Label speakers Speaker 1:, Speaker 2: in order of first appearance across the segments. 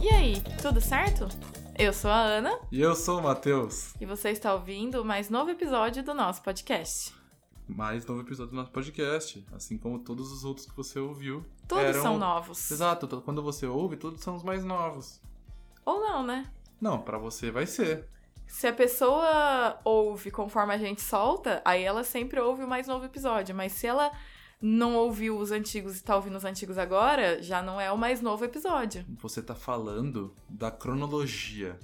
Speaker 1: E aí, tudo certo? Eu sou a Ana
Speaker 2: E eu sou o Matheus.
Speaker 1: e você está ouvindo o mais novo episódio do nosso podcast.
Speaker 2: Mais novo episódio do nosso podcast. Assim como todos os outros que você ouviu.
Speaker 1: Todos
Speaker 2: eram-
Speaker 1: são novos.
Speaker 2: Exato, to- quando você ouve, todos são os mais novos.
Speaker 1: Ou não, né?
Speaker 2: Não, pra você vai ser.
Speaker 1: Se a pessoa ouve conforme a gente solta, aí ela sempre ouve o mais novo episódio. Mas se ela não ouviu os antigos e tá ouvindo os antigos agora, já não é o mais novo episódio.
Speaker 2: Você tá falando da cronologia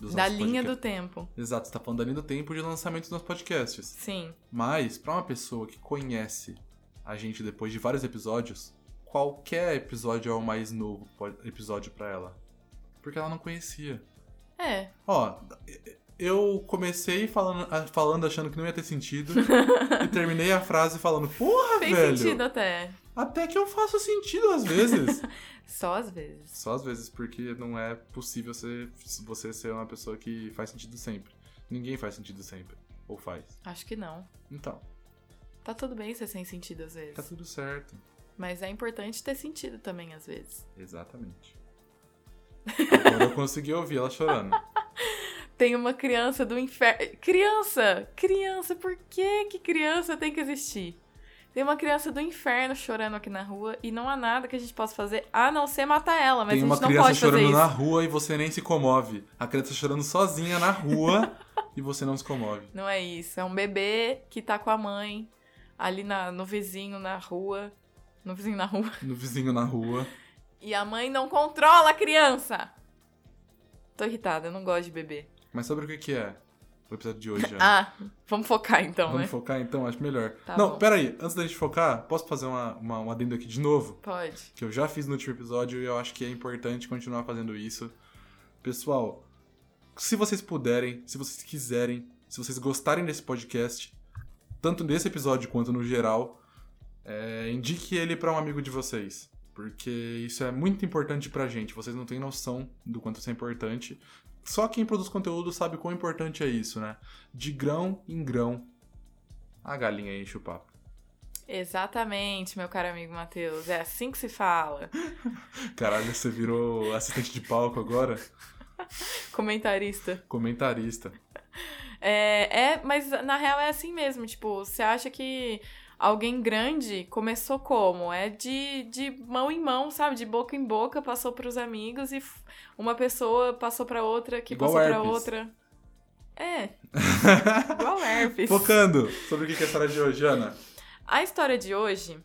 Speaker 2: dos
Speaker 1: da
Speaker 2: nossos
Speaker 1: linha do
Speaker 2: podcasts.
Speaker 1: tempo.
Speaker 2: Exato, você tá falando da linha do tempo de lançamento dos nossos podcasts.
Speaker 1: Sim.
Speaker 2: Mas, pra uma pessoa que conhece a gente depois de vários episódios, qualquer episódio é o mais novo po- episódio pra ela. Porque ela não conhecia.
Speaker 1: É.
Speaker 2: Ó, eu comecei falando, falando achando que não ia ter sentido e terminei a frase falando, porra,
Speaker 1: Fez
Speaker 2: velho!
Speaker 1: sentido até.
Speaker 2: Até que eu faço sentido às vezes.
Speaker 1: Só às vezes.
Speaker 2: Só às vezes, porque não é possível você, você ser uma pessoa que faz sentido sempre. Ninguém faz sentido sempre. Ou faz.
Speaker 1: Acho que não.
Speaker 2: Então,
Speaker 1: Tá tudo bem ser sem sentido às vezes.
Speaker 2: tá tudo certo.
Speaker 1: Mas é importante ter sentido também às vezes.
Speaker 2: Exatamente. Agora eu consegui ouvir ela chorando.
Speaker 1: Tem uma criança do inferno. Criança! Criança, por que que criança tem que existir? Tem uma criança do inferno chorando aqui na rua e não há nada que a gente possa fazer a não ser matar ela, mas
Speaker 2: Tem
Speaker 1: a
Speaker 2: uma
Speaker 1: gente não
Speaker 2: criança
Speaker 1: pode fazer
Speaker 2: chorando
Speaker 1: isso.
Speaker 2: na rua e você nem se comove. A criança chorando sozinha na rua e você não se comove.
Speaker 1: Não é isso. É um bebê que tá com a mãe ali na, no vizinho na rua. No vizinho na rua.
Speaker 2: No vizinho na rua.
Speaker 1: E a mãe não controla a criança! Tô irritada, eu não gosto de bebê.
Speaker 2: Mas sobre o que que é o episódio de hoje, Ana?
Speaker 1: Ah, vamos focar então,
Speaker 2: Tá. Vamos
Speaker 1: né?
Speaker 2: focar então? Acho melhor.
Speaker 1: Tá
Speaker 2: Não,
Speaker 1: bom.
Speaker 2: peraí. Antes da gente focar, posso fazer uma, uma, um adendo aqui de novo?
Speaker 1: Pode.
Speaker 2: Que eu já fiz no último episódio e eu acho que é importante continuar fazendo isso. Pessoal, se vocês puderem, se vocês quiserem, se vocês gostarem desse podcast, tanto nesse episódio quanto no geral, é, indique ele pra um amigo de vocês. Porque isso é muito importante pra gente. Vocês não têm noção do quanto isso é importante. Só quem produz conteúdo sabe quão importante é isso, né? De grão em grão, a galinha enche o papo.
Speaker 1: Exatamente, meu caro amigo Matheus. É assim que se fala.
Speaker 2: Caralho, você virou assistente de palco agora?
Speaker 1: Comentarista.
Speaker 2: Comentarista.
Speaker 1: É, é, mas na real é assim mesmo. Tipo, você acha que alguém grande começou como? É de, de mão em mão, sabe? De boca em boca, passou pros amigos e f- uma pessoa passou pra outra, que
Speaker 2: Igual
Speaker 1: passou pra
Speaker 2: herpes.
Speaker 1: outra. É, igual herpes.
Speaker 2: Focando sobre o que que é a história de hoje, Ana.
Speaker 1: A história de hoje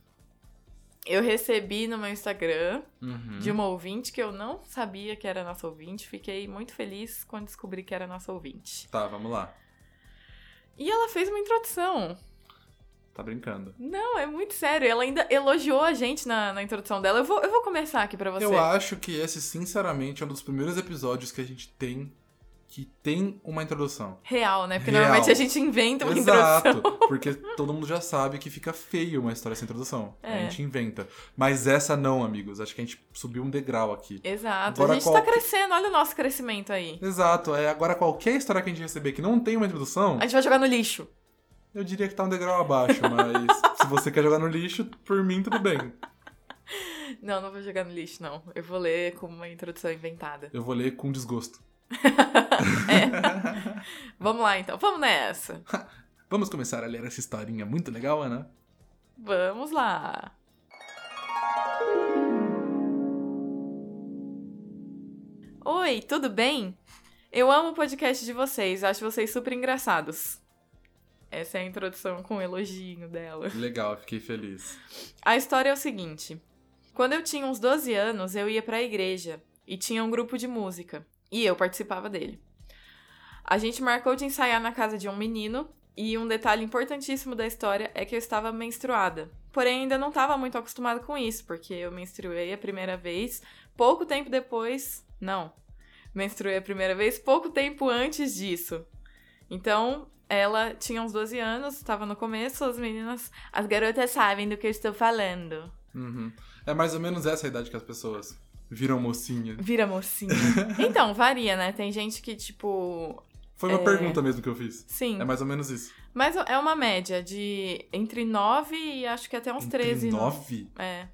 Speaker 1: eu recebi no meu Instagram
Speaker 2: Uhum.
Speaker 1: de um uma ouvinte que eu não sabia que era nossa ouvinte. Fiquei muito feliz quando descobri que era nossa ouvinte.
Speaker 2: Tá, vamos lá.
Speaker 1: E ela fez uma introdução.
Speaker 2: Tá brincando.
Speaker 1: Não, é muito sério. Ela ainda elogiou a gente na, na introdução dela. Eu vou, eu vou começar aqui pra você.
Speaker 2: Eu acho que esse, sinceramente, é um dos primeiros episódios que a gente tem que tem uma introdução.
Speaker 1: Real, né? Porque
Speaker 2: Real.
Speaker 1: normalmente a gente inventa uma introdução.
Speaker 2: Exato, porque todo mundo já sabe que fica feio uma história sem introdução.
Speaker 1: É.
Speaker 2: A gente inventa. Mas essa não, amigos. Acho que a gente subiu um degrau aqui.
Speaker 1: Exato. a
Speaker 2: Agora
Speaker 1: gente
Speaker 2: qual
Speaker 1: tá
Speaker 2: que-
Speaker 1: crescendo. Olha o nosso crescimento aí.
Speaker 2: Exato, é agora qualquer história que a gente receber que não tem uma introdução,
Speaker 1: A gente vai jogar no lixo.
Speaker 2: eu diria que tá um degrau abaixo, mas se você quer jogar no lixo, por mim tudo bem.
Speaker 1: Não, não vou jogar no lixo, não. Eu vou ler como uma introdução inventada.
Speaker 2: Eu vou ler com desgosto.
Speaker 1: É. Vamos lá, então. Vamos nessa.
Speaker 2: Vamos começar a ler essa historinha muito legal, Ana?
Speaker 1: Vamos lá. Oi, tudo bem? Eu amo o podcast de vocês, acho vocês super engraçados. Essa é a introdução com o eloginho dela.
Speaker 2: Legal, fiquei feliz.
Speaker 1: A história é o seguinte: quando eu tinha uns 12 anos, eu ia pra igreja e tinha um grupo de música e eu participava dele. A gente marcou de ensaiar na casa de um menino e um detalhe importantíssimo da história é que eu estava menstruada. Porém, ainda não estava muito acostumada com isso, porque eu menstruei a primeira vez pouco tempo depois. Não, menstruei a primeira vez pouco tempo antes disso. Então, ela tinha uns 12 anos, estava no começo, as meninas as garotas sabem do que eu estou falando.
Speaker 2: Uhum. É mais ou menos essa a idade que as pessoas viram mocinha.
Speaker 1: Vira mocinha. então, varia, né? Tem gente que, tipo.
Speaker 2: Foi uma
Speaker 1: É.
Speaker 2: pergunta mesmo que eu fiz.
Speaker 1: Sim.
Speaker 2: É mais ou menos isso.
Speaker 1: Mas é uma média de entre 9 e acho que até uns
Speaker 2: Entre
Speaker 1: 13. não-
Speaker 2: Nove?
Speaker 1: É.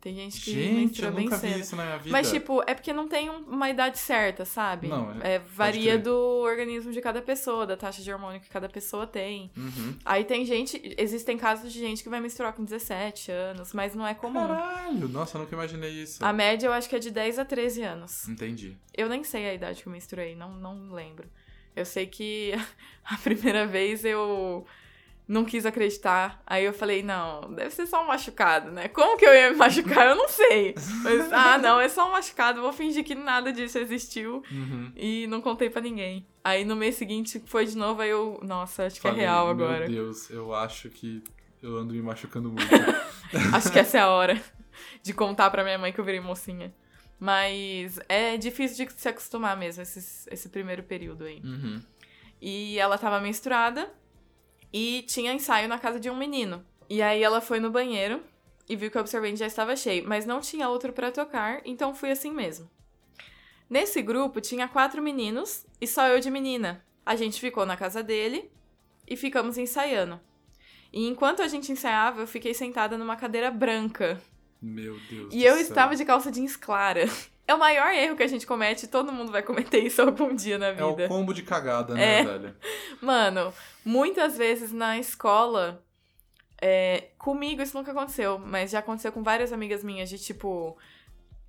Speaker 1: Tem gente que
Speaker 2: Gente,
Speaker 1: menstrua
Speaker 2: eu
Speaker 1: bem
Speaker 2: nunca
Speaker 1: cedo.
Speaker 2: vi isso na minha vida.
Speaker 1: Mas, tipo, é porque não tem um- uma idade certa, sabe?
Speaker 2: Não,
Speaker 1: é. varia
Speaker 2: crer.
Speaker 1: do organismo de cada pessoa, da taxa de hormônio que cada pessoa tem.
Speaker 2: Uhum.
Speaker 1: Aí tem gente, existem casos de gente que vai menstruar com 17 anos, mas não é comum.
Speaker 2: Caralho, nossa, eu nunca imaginei isso.
Speaker 1: A média eu acho que é de 10 a 13 anos.
Speaker 2: Entendi.
Speaker 1: Eu nem sei a idade que eu menstruei, não, não lembro. Eu sei que a primeira vez eu não quis acreditar. Aí eu falei, não, deve ser só um machucado, né? Como que eu ia me machucar? Eu não sei. Mas, ah, não, é só um machucado, vou fingir que nada disso existiu.
Speaker 2: Uhum.
Speaker 1: E não contei pra ninguém. Aí no mês seguinte foi de novo, aí eu. Nossa, acho que
Speaker 2: Falei,
Speaker 1: é real
Speaker 2: meu
Speaker 1: agora.
Speaker 2: Deus, eu acho que eu ando me machucando muito.
Speaker 1: Acho que essa é a hora de contar pra minha mãe que eu virei mocinha. Mas é difícil de se acostumar mesmo, esses- esse primeiro período aí.
Speaker 2: uhum.
Speaker 1: E ela tava menstruada e tinha ensaio na casa de um menino. E aí ela foi no banheiro e viu que o absorvente já estava cheio, mas não tinha outro pra tocar, então fui assim mesmo. Nesse grupo tinha quatro meninos e só eu de menina. A gente ficou na casa dele e ficamos ensaiando. E enquanto a gente ensaiava, eu fiquei sentada numa cadeira branca.
Speaker 2: Meu Deus.
Speaker 1: E
Speaker 2: do
Speaker 1: eu
Speaker 2: céu.
Speaker 1: estava de calça jeans clara. É o maior erro que a gente comete, todo mundo vai cometer isso algum dia na
Speaker 2: É o
Speaker 1: vida.
Speaker 2: combo de cagada, né,
Speaker 1: É.
Speaker 2: velho?
Speaker 1: Mano, muitas vezes na escola, é, comigo isso nunca aconteceu, mas já aconteceu com várias amigas minhas de tipo.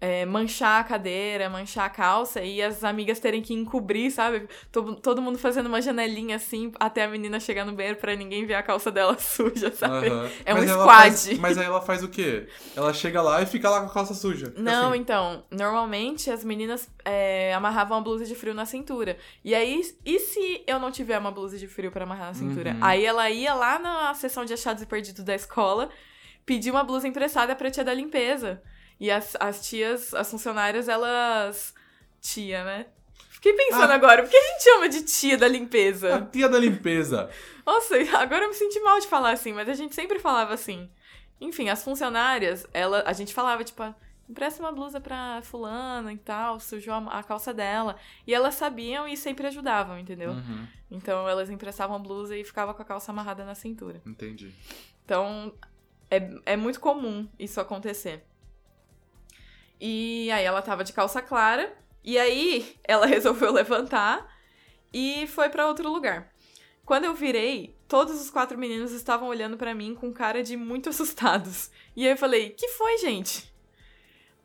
Speaker 1: é, manchar a cadeira, manchar a calça e as amigas terem que encobrir, sabe? Todo, todo mundo fazendo uma janelinha assim até a menina chegar no banheiro pra ninguém ver a calça dela suja, sabe?
Speaker 2: Aham.
Speaker 1: É um
Speaker 2: Mas ela
Speaker 1: squad.
Speaker 2: faz- mas aí ela faz o quê? Ela chega lá e fica lá com a calça suja. Fica
Speaker 1: Não,
Speaker 2: assim.
Speaker 1: então, normalmente as meninas é, amarravam a blusa de frio na cintura. E aí, e se eu não tiver uma blusa de frio pra amarrar na cintura?
Speaker 2: Uhum.
Speaker 1: Aí ela ia lá na seção de achados e perdidos da escola, pedir uma blusa emprestada pra tia da limpeza. E as, as tias, as funcionárias, elas. Tia, né? Fiquei pensando
Speaker 2: Ah.
Speaker 1: agora, por que a gente chama de tia da limpeza?
Speaker 2: A tia da limpeza.
Speaker 1: Nossa, agora eu me senti mal de falar assim, mas a gente sempre falava assim. Enfim, as funcionárias, ela, a gente falava, tipo, "Ah, empresta uma blusa pra fulana e tal, sujou a, a calça dela. E elas sabiam e sempre ajudavam, entendeu?
Speaker 2: Uhum,
Speaker 1: Então elas emprestavam a blusa e ficava com a calça amarrada na cintura.
Speaker 2: entendi.
Speaker 1: Então, é, é muito comum isso acontecer. E aí ela tava de calça clara, e aí ela resolveu levantar e foi pra outro lugar. Quando eu virei, todos os quatro meninos estavam olhando pra mim com cara de muito assustados. E aí eu falei: "Que foi, gente?"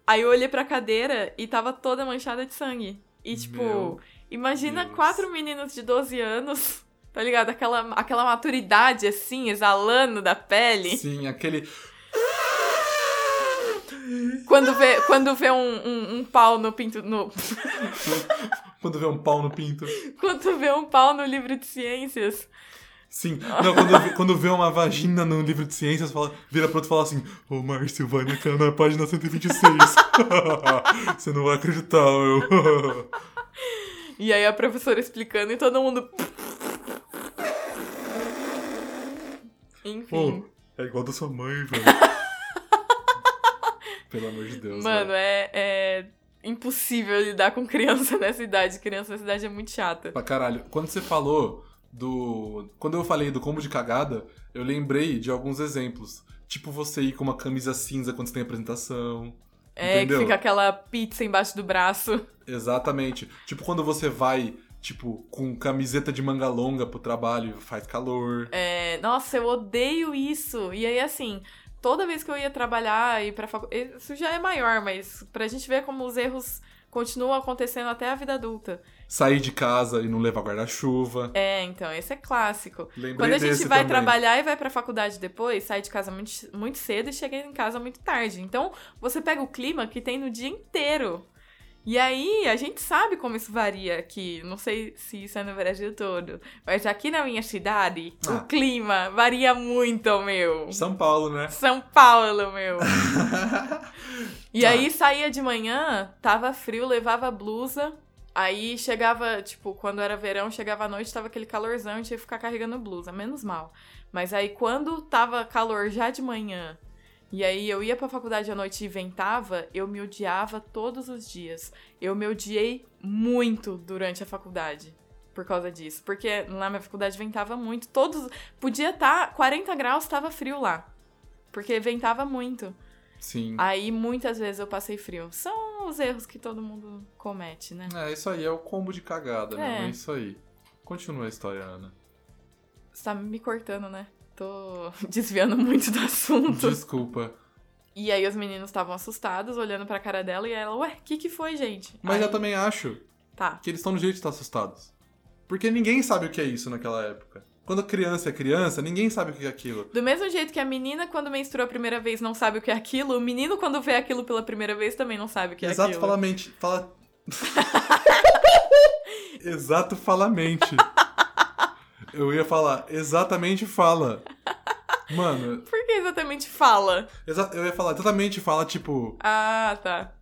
Speaker 1: Aí eu olhei pra cadeira e tava toda manchada de sangue. E tipo,
Speaker 2: Meu
Speaker 1: imagina
Speaker 2: Deus.
Speaker 1: quatro meninos de 12 anos, tá ligado? Aquela aquela maturidade assim, exalando da pele.
Speaker 2: Sim, aquele.
Speaker 1: Quando vê, quando vê um, um, um pau no pinto. No,
Speaker 2: Quando vê um pau no pinto.
Speaker 1: quando vê um pau no livro de ciências.
Speaker 2: Sim. Não, quando vê, quando vê uma vagina no livro de ciências, fala, vira pro outro e fala assim: Ô Márcio, vai na, na página 126. Você não vai acreditar, eu.
Speaker 1: E aí a professora explicando e todo mundo. Enfim.
Speaker 2: Pô, é igual da sua mãe, velho. Pelo amor de Deus. né?
Speaker 1: mano,
Speaker 2: velho.
Speaker 1: é, é impossível lidar com criança nessa idade. Criança nessa idade é muito chata.
Speaker 2: Pra caralho. Quando você falou do. Quando eu falei do combo de cagada, eu lembrei de alguns exemplos. Tipo você ir com uma camisa cinza quando você tem apresentação.
Speaker 1: É,
Speaker 2: Entendeu?
Speaker 1: que fica aquela pizza embaixo do braço.
Speaker 2: Exatamente. Tipo quando você vai, tipo, com camiseta de manga longa pro trabalho e faz calor.
Speaker 1: É, nossa, eu odeio isso. E aí, assim, toda vez que eu ia trabalhar e pra faculdade. Isso já é maior, mas pra gente ver como os erros continuam acontecendo até a vida adulta.
Speaker 2: Sair de casa e não levar guarda-chuva.
Speaker 1: É, então, esse é clássico.
Speaker 2: Lembrei
Speaker 1: Quando a gente
Speaker 2: desse
Speaker 1: vai
Speaker 2: também.
Speaker 1: trabalhar e vai pra faculdade depois, sai de casa muito, muito cedo e chega em casa muito tarde. Então, você pega o clima que tem no dia inteiro. E aí, a gente sabe como isso varia aqui. Não sei se isso é no Brasil todo. Mas aqui na minha cidade,
Speaker 2: Ah.
Speaker 1: o clima varia muito, meu.
Speaker 2: São Paulo, né?
Speaker 1: São Paulo, meu. E aí saía de manhã, tava frio, levava blusa. Aí chegava, tipo, quando era verão, chegava à noite, tava aquele calorzão, tinha que ficar carregando blusa, menos mal. Mas aí quando tava calor já de manhã, e aí eu ia pra faculdade à noite e ventava, eu me odiava todos os dias. Eu me odiei muito durante a faculdade por causa disso, porque lá minha faculdade ventava muito, tá, todos podia estar 40 graus, tava frio lá. Porque ventava muito.
Speaker 2: Sim.
Speaker 1: Aí muitas vezes eu passei frio. São os erros que todo mundo comete, né?
Speaker 2: É, isso aí é o combo de cagada,
Speaker 1: É.
Speaker 2: né? É isso aí. Continua a história, Ana.
Speaker 1: Você tá me cortando, né? Tô desviando muito do assunto.
Speaker 2: Desculpa.
Speaker 1: E aí os meninos estavam assustados, olhando pra cara dela, e ela, ué, o que que foi, gente?
Speaker 2: Mas
Speaker 1: aí,
Speaker 2: eu também acho
Speaker 1: Tá,
Speaker 2: que eles estão no jeito de estar assustados. Porque ninguém sabe o que é isso naquela época. Quando criança é criança, ninguém sabe o que é aquilo.
Speaker 1: Do mesmo jeito que a menina, quando menstrua a primeira vez, não sabe o que é aquilo, o menino, quando vê aquilo pela primeira vez, também não sabe o que é
Speaker 2: Exato
Speaker 1: aquilo.
Speaker 2: falamente. Fala. Exato falamente. Eu ia falar, exatamente fala. Mano,
Speaker 1: Por que exatamente fala?
Speaker 2: exa- eu ia falar, exatamente fala, tipo,
Speaker 1: Ah, tá.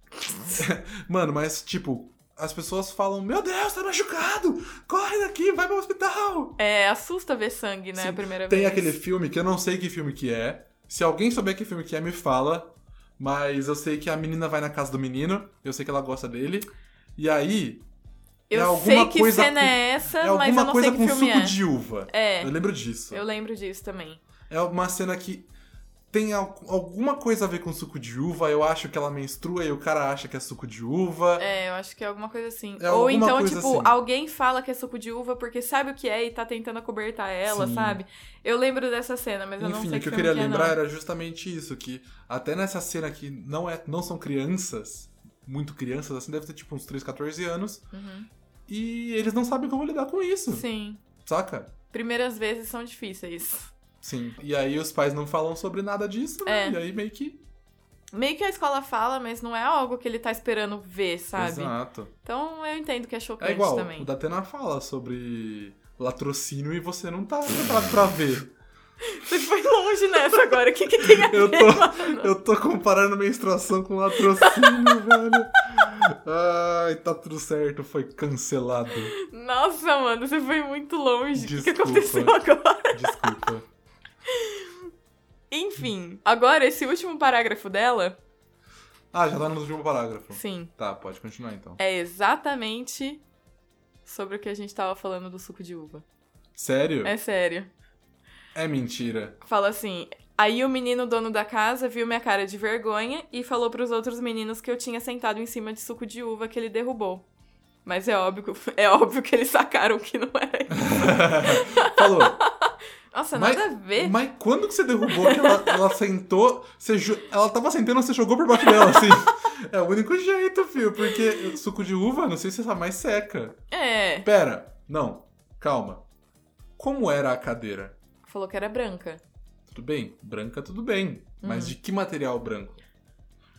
Speaker 2: Mano, mas tipo, as pessoas falam: Meu Deus, tá machucado! Corre daqui, vai pro hospital!
Speaker 1: É, assusta ver sangue, né,
Speaker 2: Sim,
Speaker 1: a primeira
Speaker 2: Tem
Speaker 1: vez.
Speaker 2: aquele filme que eu não sei que filme que é. Se alguém souber que filme que é, me fala. Mas eu sei que a menina vai na casa do menino, eu sei que ela gosta dele. E aí, é
Speaker 1: Eu
Speaker 2: alguma
Speaker 1: sei que
Speaker 2: coisa
Speaker 1: cena
Speaker 2: com-
Speaker 1: é essa,
Speaker 2: é
Speaker 1: mas eu
Speaker 2: alguma
Speaker 1: não
Speaker 2: coisa
Speaker 1: sei que
Speaker 2: com
Speaker 1: filme
Speaker 2: suco
Speaker 1: é.
Speaker 2: de uva.
Speaker 1: É,
Speaker 2: Eu lembro disso.
Speaker 1: eu lembro disso também.
Speaker 2: É uma cena que tem al- alguma coisa a ver com suco de uva. Eu acho que ela menstrua e o cara acha que é suco de uva.
Speaker 1: É, eu acho que é alguma coisa assim.
Speaker 2: É
Speaker 1: Ou
Speaker 2: alguma
Speaker 1: então,
Speaker 2: coisa
Speaker 1: tipo,
Speaker 2: assim.
Speaker 1: alguém fala que é suco de uva porque sabe o que é e tá tentando acobertar ela,
Speaker 2: Sim.
Speaker 1: sabe? Eu lembro dessa cena, mas eu não
Speaker 2: Enfim,
Speaker 1: sei
Speaker 2: o que eu
Speaker 1: filme
Speaker 2: queria
Speaker 1: é, não.
Speaker 2: lembrar era justamente isso, que até nessa cena que não, é, não são crianças, muito crianças, assim, deve ter tipo uns 3, 14 anos,
Speaker 1: Uhum.
Speaker 2: e eles não sabem como lidar com isso,
Speaker 1: Sim.
Speaker 2: saca?
Speaker 1: Primeiras vezes são difíceis.
Speaker 2: Sim. E aí os pais não falam sobre nada disso, né?
Speaker 1: É.
Speaker 2: E aí meio que...
Speaker 1: Meio que a escola fala, mas não é algo que ele tá esperando ver, sabe?
Speaker 2: Exato.
Speaker 1: Então eu entendo que é chocante
Speaker 2: É igual,
Speaker 1: também.
Speaker 2: o Datena fala sobre latrocínio e você não tá preparado pra ver.
Speaker 1: Você foi longe nessa agora. O que, que tem a
Speaker 2: Eu
Speaker 1: ver,
Speaker 2: tô-
Speaker 1: mano?
Speaker 2: Eu tô comparando menstruação com latrocínio, velho. Ai, tá tudo certo, foi cancelado.
Speaker 1: Nossa, mano, você foi muito longe. O que, que
Speaker 2: Desculpa.
Speaker 1: aconteceu agora?
Speaker 2: Desculpa.
Speaker 1: Enfim, agora esse último parágrafo dela.
Speaker 2: Ah, já tá no último parágrafo.
Speaker 1: Sim,
Speaker 2: Tá, pode continuar então.
Speaker 1: é exatamente sobre o que a gente tava falando do suco de uva.
Speaker 2: Sério?
Speaker 1: É sério.
Speaker 2: É mentira.
Speaker 1: Fala assim. Aí o menino dono da casa viu minha cara de vergonha e falou pros outros meninos que eu tinha sentado em cima de suco de uva que ele derrubou. Mas é óbvio, é óbvio que eles sacaram que não era.
Speaker 2: Falou.
Speaker 1: Nossa,
Speaker 2: Mas-
Speaker 1: nada a ver.
Speaker 2: Mas quando que você derrubou que ela, ela sentou, você jo- ela tava sentando, você jogou por baixo dela, assim. É o único jeito, filho, porque suco de uva, não sei se essa mais seca.
Speaker 1: É.
Speaker 2: Pera, não, calma. Como era a cadeira?
Speaker 1: Falou que era branca.
Speaker 2: Tudo bem, branca tudo bem,
Speaker 1: Hum.
Speaker 2: mas de que material branco?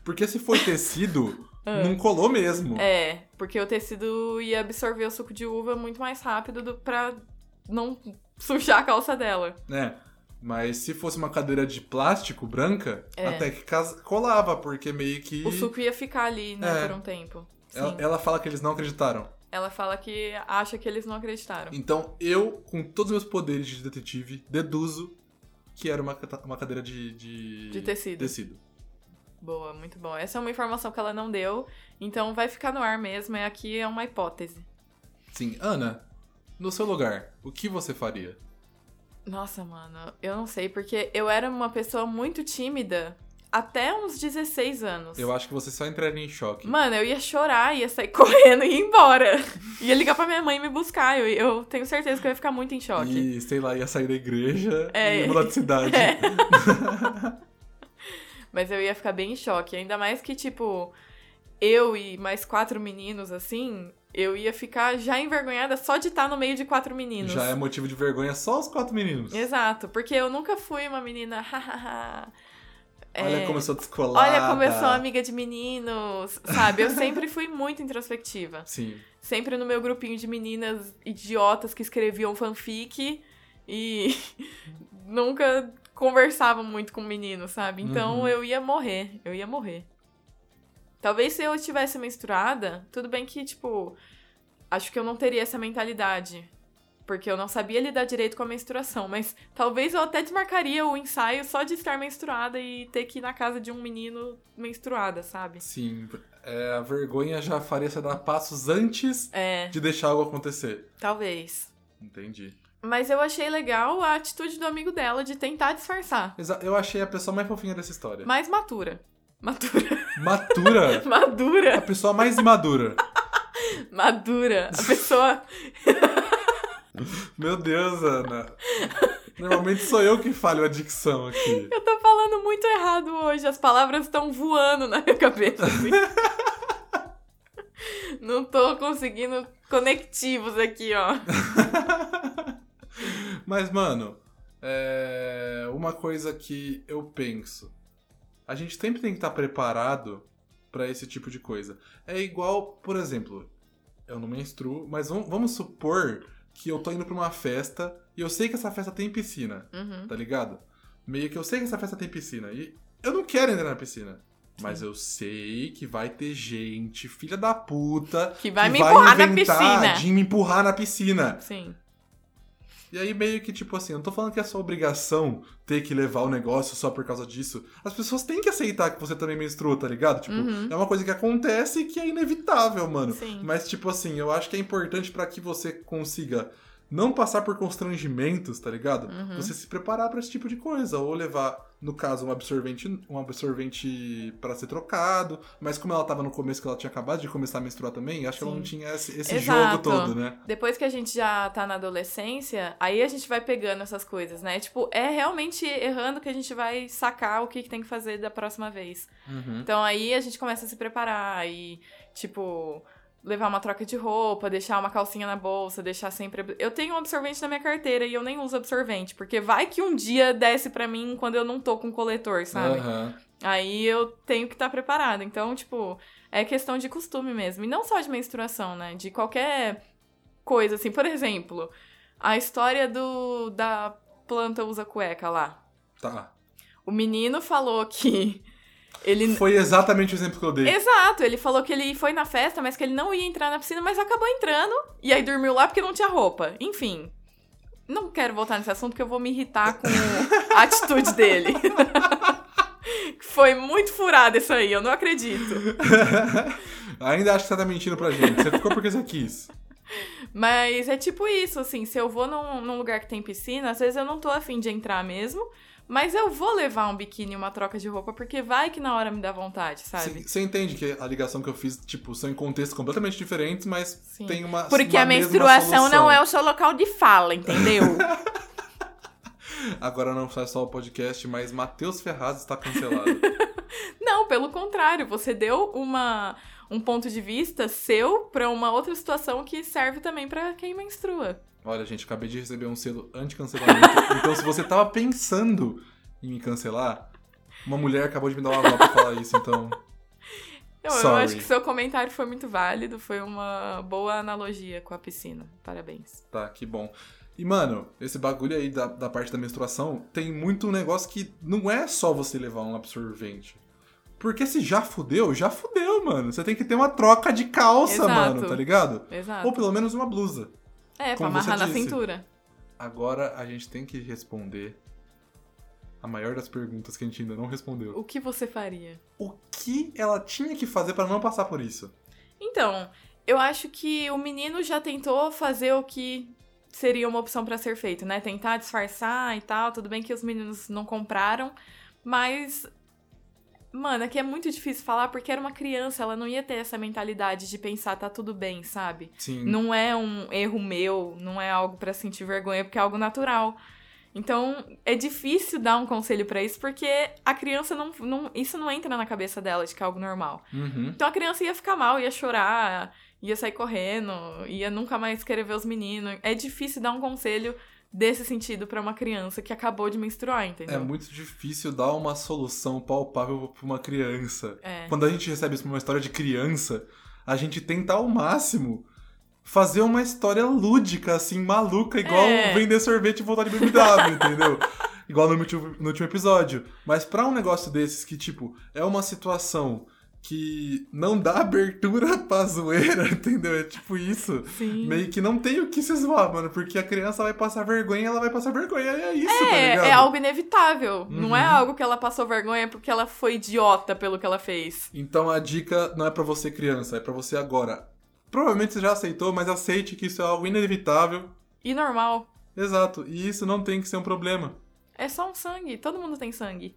Speaker 2: Porque se foi tecido,
Speaker 1: Ah.
Speaker 2: não colou mesmo.
Speaker 1: É, porque o tecido ia absorver o suco de uva muito mais rápido do, pra não sujar a calça dela.
Speaker 2: né? Mas se fosse uma cadeira de plástico branca,
Speaker 1: É.
Speaker 2: até que cas- colava, porque meio que.
Speaker 1: O suco ia ficar ali, né,
Speaker 2: É.
Speaker 1: por um tempo. Sim.
Speaker 2: ela,
Speaker 1: Ela,
Speaker 2: ela fala que eles não acreditaram.
Speaker 1: fala que acha que eles não acreditaram.
Speaker 2: Então eu, com todos os meus poderes de detetive, deduzo que era uma, cata- uma cadeira de. De,
Speaker 1: De tecido.
Speaker 2: tecido.
Speaker 1: Boa, muito bom. Essa é uma informação que ela não deu, então vai ficar no ar mesmo. É aqui é uma hipótese.
Speaker 2: Sim, Ana, no seu lugar, o que você faria?
Speaker 1: Nossa, mano, eu não sei, porque eu era uma pessoa muito tímida até uns 16 anos.
Speaker 2: Eu acho que você só entraria em choque.
Speaker 1: Mano, eu ia chorar, ia sair correndo e ir embora. Ia ligar pra minha mãe me buscar. Eu, eu tenho certeza que eu ia ficar muito em choque.
Speaker 2: E, sei lá, ia sair da igreja
Speaker 1: É.
Speaker 2: e ia mudar de cidade.
Speaker 1: É. Mas eu ia ficar bem em choque. Ainda mais que, tipo, eu e mais quatro meninos, assim, eu ia ficar já envergonhada só de estar no meio de quatro meninos.
Speaker 2: Já é motivo de vergonha só os quatro meninos.
Speaker 1: Exato, porque eu nunca fui uma menina. hahaha.
Speaker 2: Olha
Speaker 1: É,
Speaker 2: como eu sou descolada.
Speaker 1: Olha como eu sou amiga de meninos, sabe? Eu sempre fui muito introspectiva.
Speaker 2: Sim.
Speaker 1: sempre no meu grupinho de meninas idiotas que escreviam fanfic e nunca conversavam muito com menino, sabe? Então
Speaker 2: Uhum.
Speaker 1: eu ia morrer, eu ia morrer. Talvez se eu estivesse menstruada, tudo bem que, tipo, acho que eu não teria essa mentalidade. Porque eu não sabia lidar direito com a menstruação, mas talvez eu até desmarcaria o ensaio só de estar menstruada e ter que ir na casa de um menino menstruada, sabe?
Speaker 2: Sim, é, a vergonha já faria você dar passos antes
Speaker 1: É,
Speaker 2: de deixar algo acontecer.
Speaker 1: talvez.
Speaker 2: Entendi.
Speaker 1: Mas eu achei legal a atitude do amigo dela de tentar disfarçar.
Speaker 2: Exa- Eu achei a pessoa mais fofinha dessa história.
Speaker 1: Mais matura. Matura.
Speaker 2: Matura. A
Speaker 1: Madura.
Speaker 2: pessoa mais madura.
Speaker 1: Madura. A pessoa.
Speaker 2: Meu Deus, Ana. Normalmente sou eu que falho a dicção aqui.
Speaker 1: Eu tô falando muito errado hoje. As palavras estão voando na minha cabeça. assim. Não tô conseguindo conectivos aqui, ó.
Speaker 2: Mas, mano, é, uma coisa que eu penso. A gente sempre tem que estar preparado pra esse tipo de coisa. É igual, por exemplo, eu não menstruo, mas vamos, vamos supor que eu tô indo pra uma festa e eu sei que essa festa tem piscina,
Speaker 1: Uhum.
Speaker 2: tá ligado? Meio que eu sei que essa festa tem piscina e eu não quero entrar na piscina. Mas eu sei que vai ter gente, filha da puta,
Speaker 1: Que vai
Speaker 2: que
Speaker 1: me empurrar na
Speaker 2: inventar
Speaker 1: piscina.
Speaker 2: de me empurrar na piscina.
Speaker 1: Sim.
Speaker 2: E aí meio que tipo assim, eu não tô falando que é sua obrigação ter que levar o negócio só por causa disso. As pessoas têm que aceitar que você também menstrua, tá ligado? Tipo,
Speaker 1: Uhum.
Speaker 2: é uma coisa que acontece e que é inevitável, mano.
Speaker 1: Sim.
Speaker 2: Mas tipo assim, eu acho que é importante pra que você consiga não passar por constrangimentos, tá ligado?
Speaker 1: Uhum.
Speaker 2: Você se preparar pra esse tipo de coisa ou levar, no caso, um absorvente, um absorvente para ser trocado, mas como ela tava no começo que ela tinha acabado de começar a menstruar também, acho que ela
Speaker 1: Sim.
Speaker 2: não tinha esse, esse
Speaker 1: Exato.
Speaker 2: jogo todo, né?
Speaker 1: Depois que a gente já tá na adolescência, aí a gente vai pegando essas coisas, né? Tipo, é realmente errando que a gente vai sacar o que, que tem que fazer da próxima vez.
Speaker 2: Uhum.
Speaker 1: Então aí a gente começa a se preparar e, tipo, levar uma troca de roupa, deixar uma calcinha na bolsa, deixar sempre. ab- Eu tenho um absorvente na minha carteira e eu nem uso absorvente, porque vai que um dia desce pra mim quando eu não tô com coletor, sabe?
Speaker 2: Aham.
Speaker 1: Aí eu tenho que estar preparada. Então, tipo, é questão de costume mesmo. E não só de menstruação, né? De qualquer coisa, assim. Por exemplo, a história do da planta usa cueca lá.
Speaker 2: Tá.
Speaker 1: O menino falou que ele.
Speaker 2: Foi exatamente o exemplo que eu dei.
Speaker 1: Exato, ele falou que ele foi na festa, mas que ele não ia entrar na piscina, mas acabou entrando e aí dormiu lá porque não tinha roupa. Enfim, não quero voltar nesse assunto porque eu vou me irritar com a atitude dele. foi muito furada isso aí, eu não acredito.
Speaker 2: Ainda acho que você tá mentindo pra gente. Você ficou porque você quis.
Speaker 1: Mas é tipo isso, assim, se eu vou num, num lugar que tem piscina, às vezes eu não tô afim de entrar mesmo, mas eu vou levar um biquíni e uma troca de roupa, porque vai que na hora me dá vontade, sabe?
Speaker 2: Você você entende que a ligação que eu fiz, tipo, são em contextos completamente diferentes, mas
Speaker 1: Sim.
Speaker 2: tem uma.
Speaker 1: Porque
Speaker 2: uma
Speaker 1: a
Speaker 2: mesma
Speaker 1: menstruação
Speaker 2: solução.
Speaker 1: não é o seu local de fala, entendeu?
Speaker 2: Agora não sai só o podcast, mas Matheus Ferraz está cancelado.
Speaker 1: não, pelo contrário, você deu uma, um ponto de vista seu pra uma outra situação que serve também pra quem menstrua.
Speaker 2: Olha, gente, acabei de receber um selo anti-cancelamento. então, se você tava pensando em me cancelar, uma mulher acabou de me dar uma voz pra falar isso, então.
Speaker 1: Eu, eu
Speaker 2: Sorry.
Speaker 1: acho que seu comentário foi muito válido, foi uma boa analogia com a piscina. Parabéns.
Speaker 2: Tá, que bom. E, mano, esse bagulho aí da, da parte da menstruação tem muito negócio que não é só você levar um absorvente. Porque se já fudeu, já fudeu, mano. Você tem que ter uma troca de calça,
Speaker 1: Exato.
Speaker 2: mano, tá ligado?
Speaker 1: Exato.
Speaker 2: Ou pelo menos uma blusa.
Speaker 1: É, pra
Speaker 2: Como você
Speaker 1: amarrar na
Speaker 2: disse.
Speaker 1: cintura.
Speaker 2: Agora a gente tem que responder a maior das perguntas que a gente ainda não respondeu.
Speaker 1: O que você faria?
Speaker 2: O que ela tinha que fazer pra não passar por isso?
Speaker 1: Então, eu acho que o menino já tentou fazer o que seria uma opção pra ser feito, né? Tentar disfarçar e tal. Tudo bem que os meninos não compraram, mas. Mano, é que é muito difícil falar porque era uma criança, ela não ia ter essa mentalidade de pensar, tá tudo bem, sabe?
Speaker 2: Sim.
Speaker 1: Não é um erro meu, não é algo pra sentir vergonha, porque é algo natural. Então, é difícil dar um conselho pra isso, porque a criança não, não. Isso não entra na cabeça dela de que é algo normal.
Speaker 2: Uhum.
Speaker 1: Então a criança ia ficar mal, ia chorar, ia sair correndo, ia nunca mais querer ver os meninos. É difícil dar um conselho desse sentido pra uma criança que acabou de menstruar,
Speaker 2: É
Speaker 1: entendeu?
Speaker 2: muito difícil dar uma solução palpável pra uma criança.
Speaker 1: É.
Speaker 2: Quando a gente recebe isso uma história de criança, a gente tenta ao máximo fazer uma história lúdica, assim, maluca, igual
Speaker 1: É.
Speaker 2: vender sorvete e voltar de BMW, entendeu? Igual no último, no último episódio. Mas pra um negócio desses que, tipo, é uma situação que não dá abertura pra zoeira, entendeu? É tipo isso.
Speaker 1: Sim.
Speaker 2: Meio que não tem o que se zoar, mano, porque a criança vai passar vergonha, ela vai passar vergonha, e é isso, tá
Speaker 1: É,
Speaker 2: ligado?
Speaker 1: é algo inevitável. Não é
Speaker 2: Uhum.
Speaker 1: algo que ela passou vergonha porque ela foi idiota pelo que ela fez.
Speaker 2: Então a dica não é pra você criança, é pra você agora. Provavelmente você já aceitou, mas aceite que isso é algo inevitável.
Speaker 1: E normal.
Speaker 2: Exato, e isso não tem que ser um problema.
Speaker 1: É só um sangue. Todo mundo tem sangue.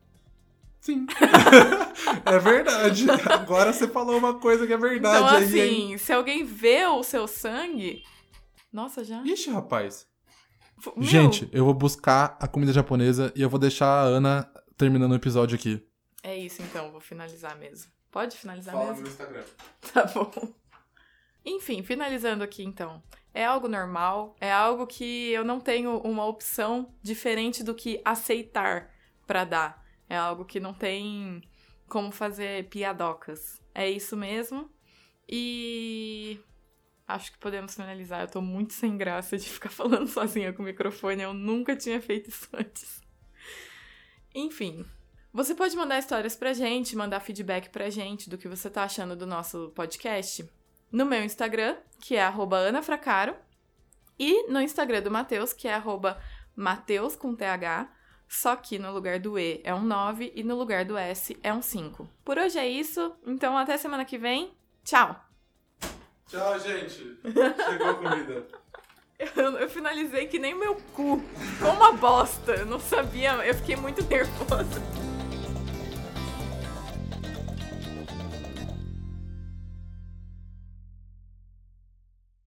Speaker 2: Sim. é verdade. Agora você falou uma coisa que é verdade.
Speaker 1: Então,
Speaker 2: aí, hein?
Speaker 1: assim, se alguém vê o seu sangue. Nossa, já.
Speaker 2: Ixi, rapaz.
Speaker 1: F- assim, Meu,
Speaker 2: Gente, eu vou buscar a comida japonesa e eu vou deixar a Ana terminando o episódio aqui.
Speaker 1: É isso então, vou finalizar mesmo. Pode finalizar mesmo?
Speaker 2: Instagram.
Speaker 1: Tá bom. Enfim, finalizando aqui então. É algo normal, é algo que eu não tenho uma opção diferente do que aceitar pra dar. É algo que não tem como fazer piadocas. É isso mesmo. E acho que podemos finalizar. Eu tô muito sem graça de ficar falando sozinha com o microfone, eu nunca tinha feito isso antes. Enfim, você pode mandar histórias pra gente, mandar feedback pra gente do que você tá achando do nosso podcast no meu Instagram, que é arroba anafracaro, e no Instagram do Matheus, que é arroba Mateus com TH, só que no lugar do E é um 9 e no lugar do S é um 5. Por hoje é isso, então até semana que vem. Tchau!
Speaker 2: Tchau, gente. Chegou a comida.
Speaker 1: Eu, eu finalizei que nem meu cu, com uma bosta. Eu não sabia, eu fiquei muito nervosa.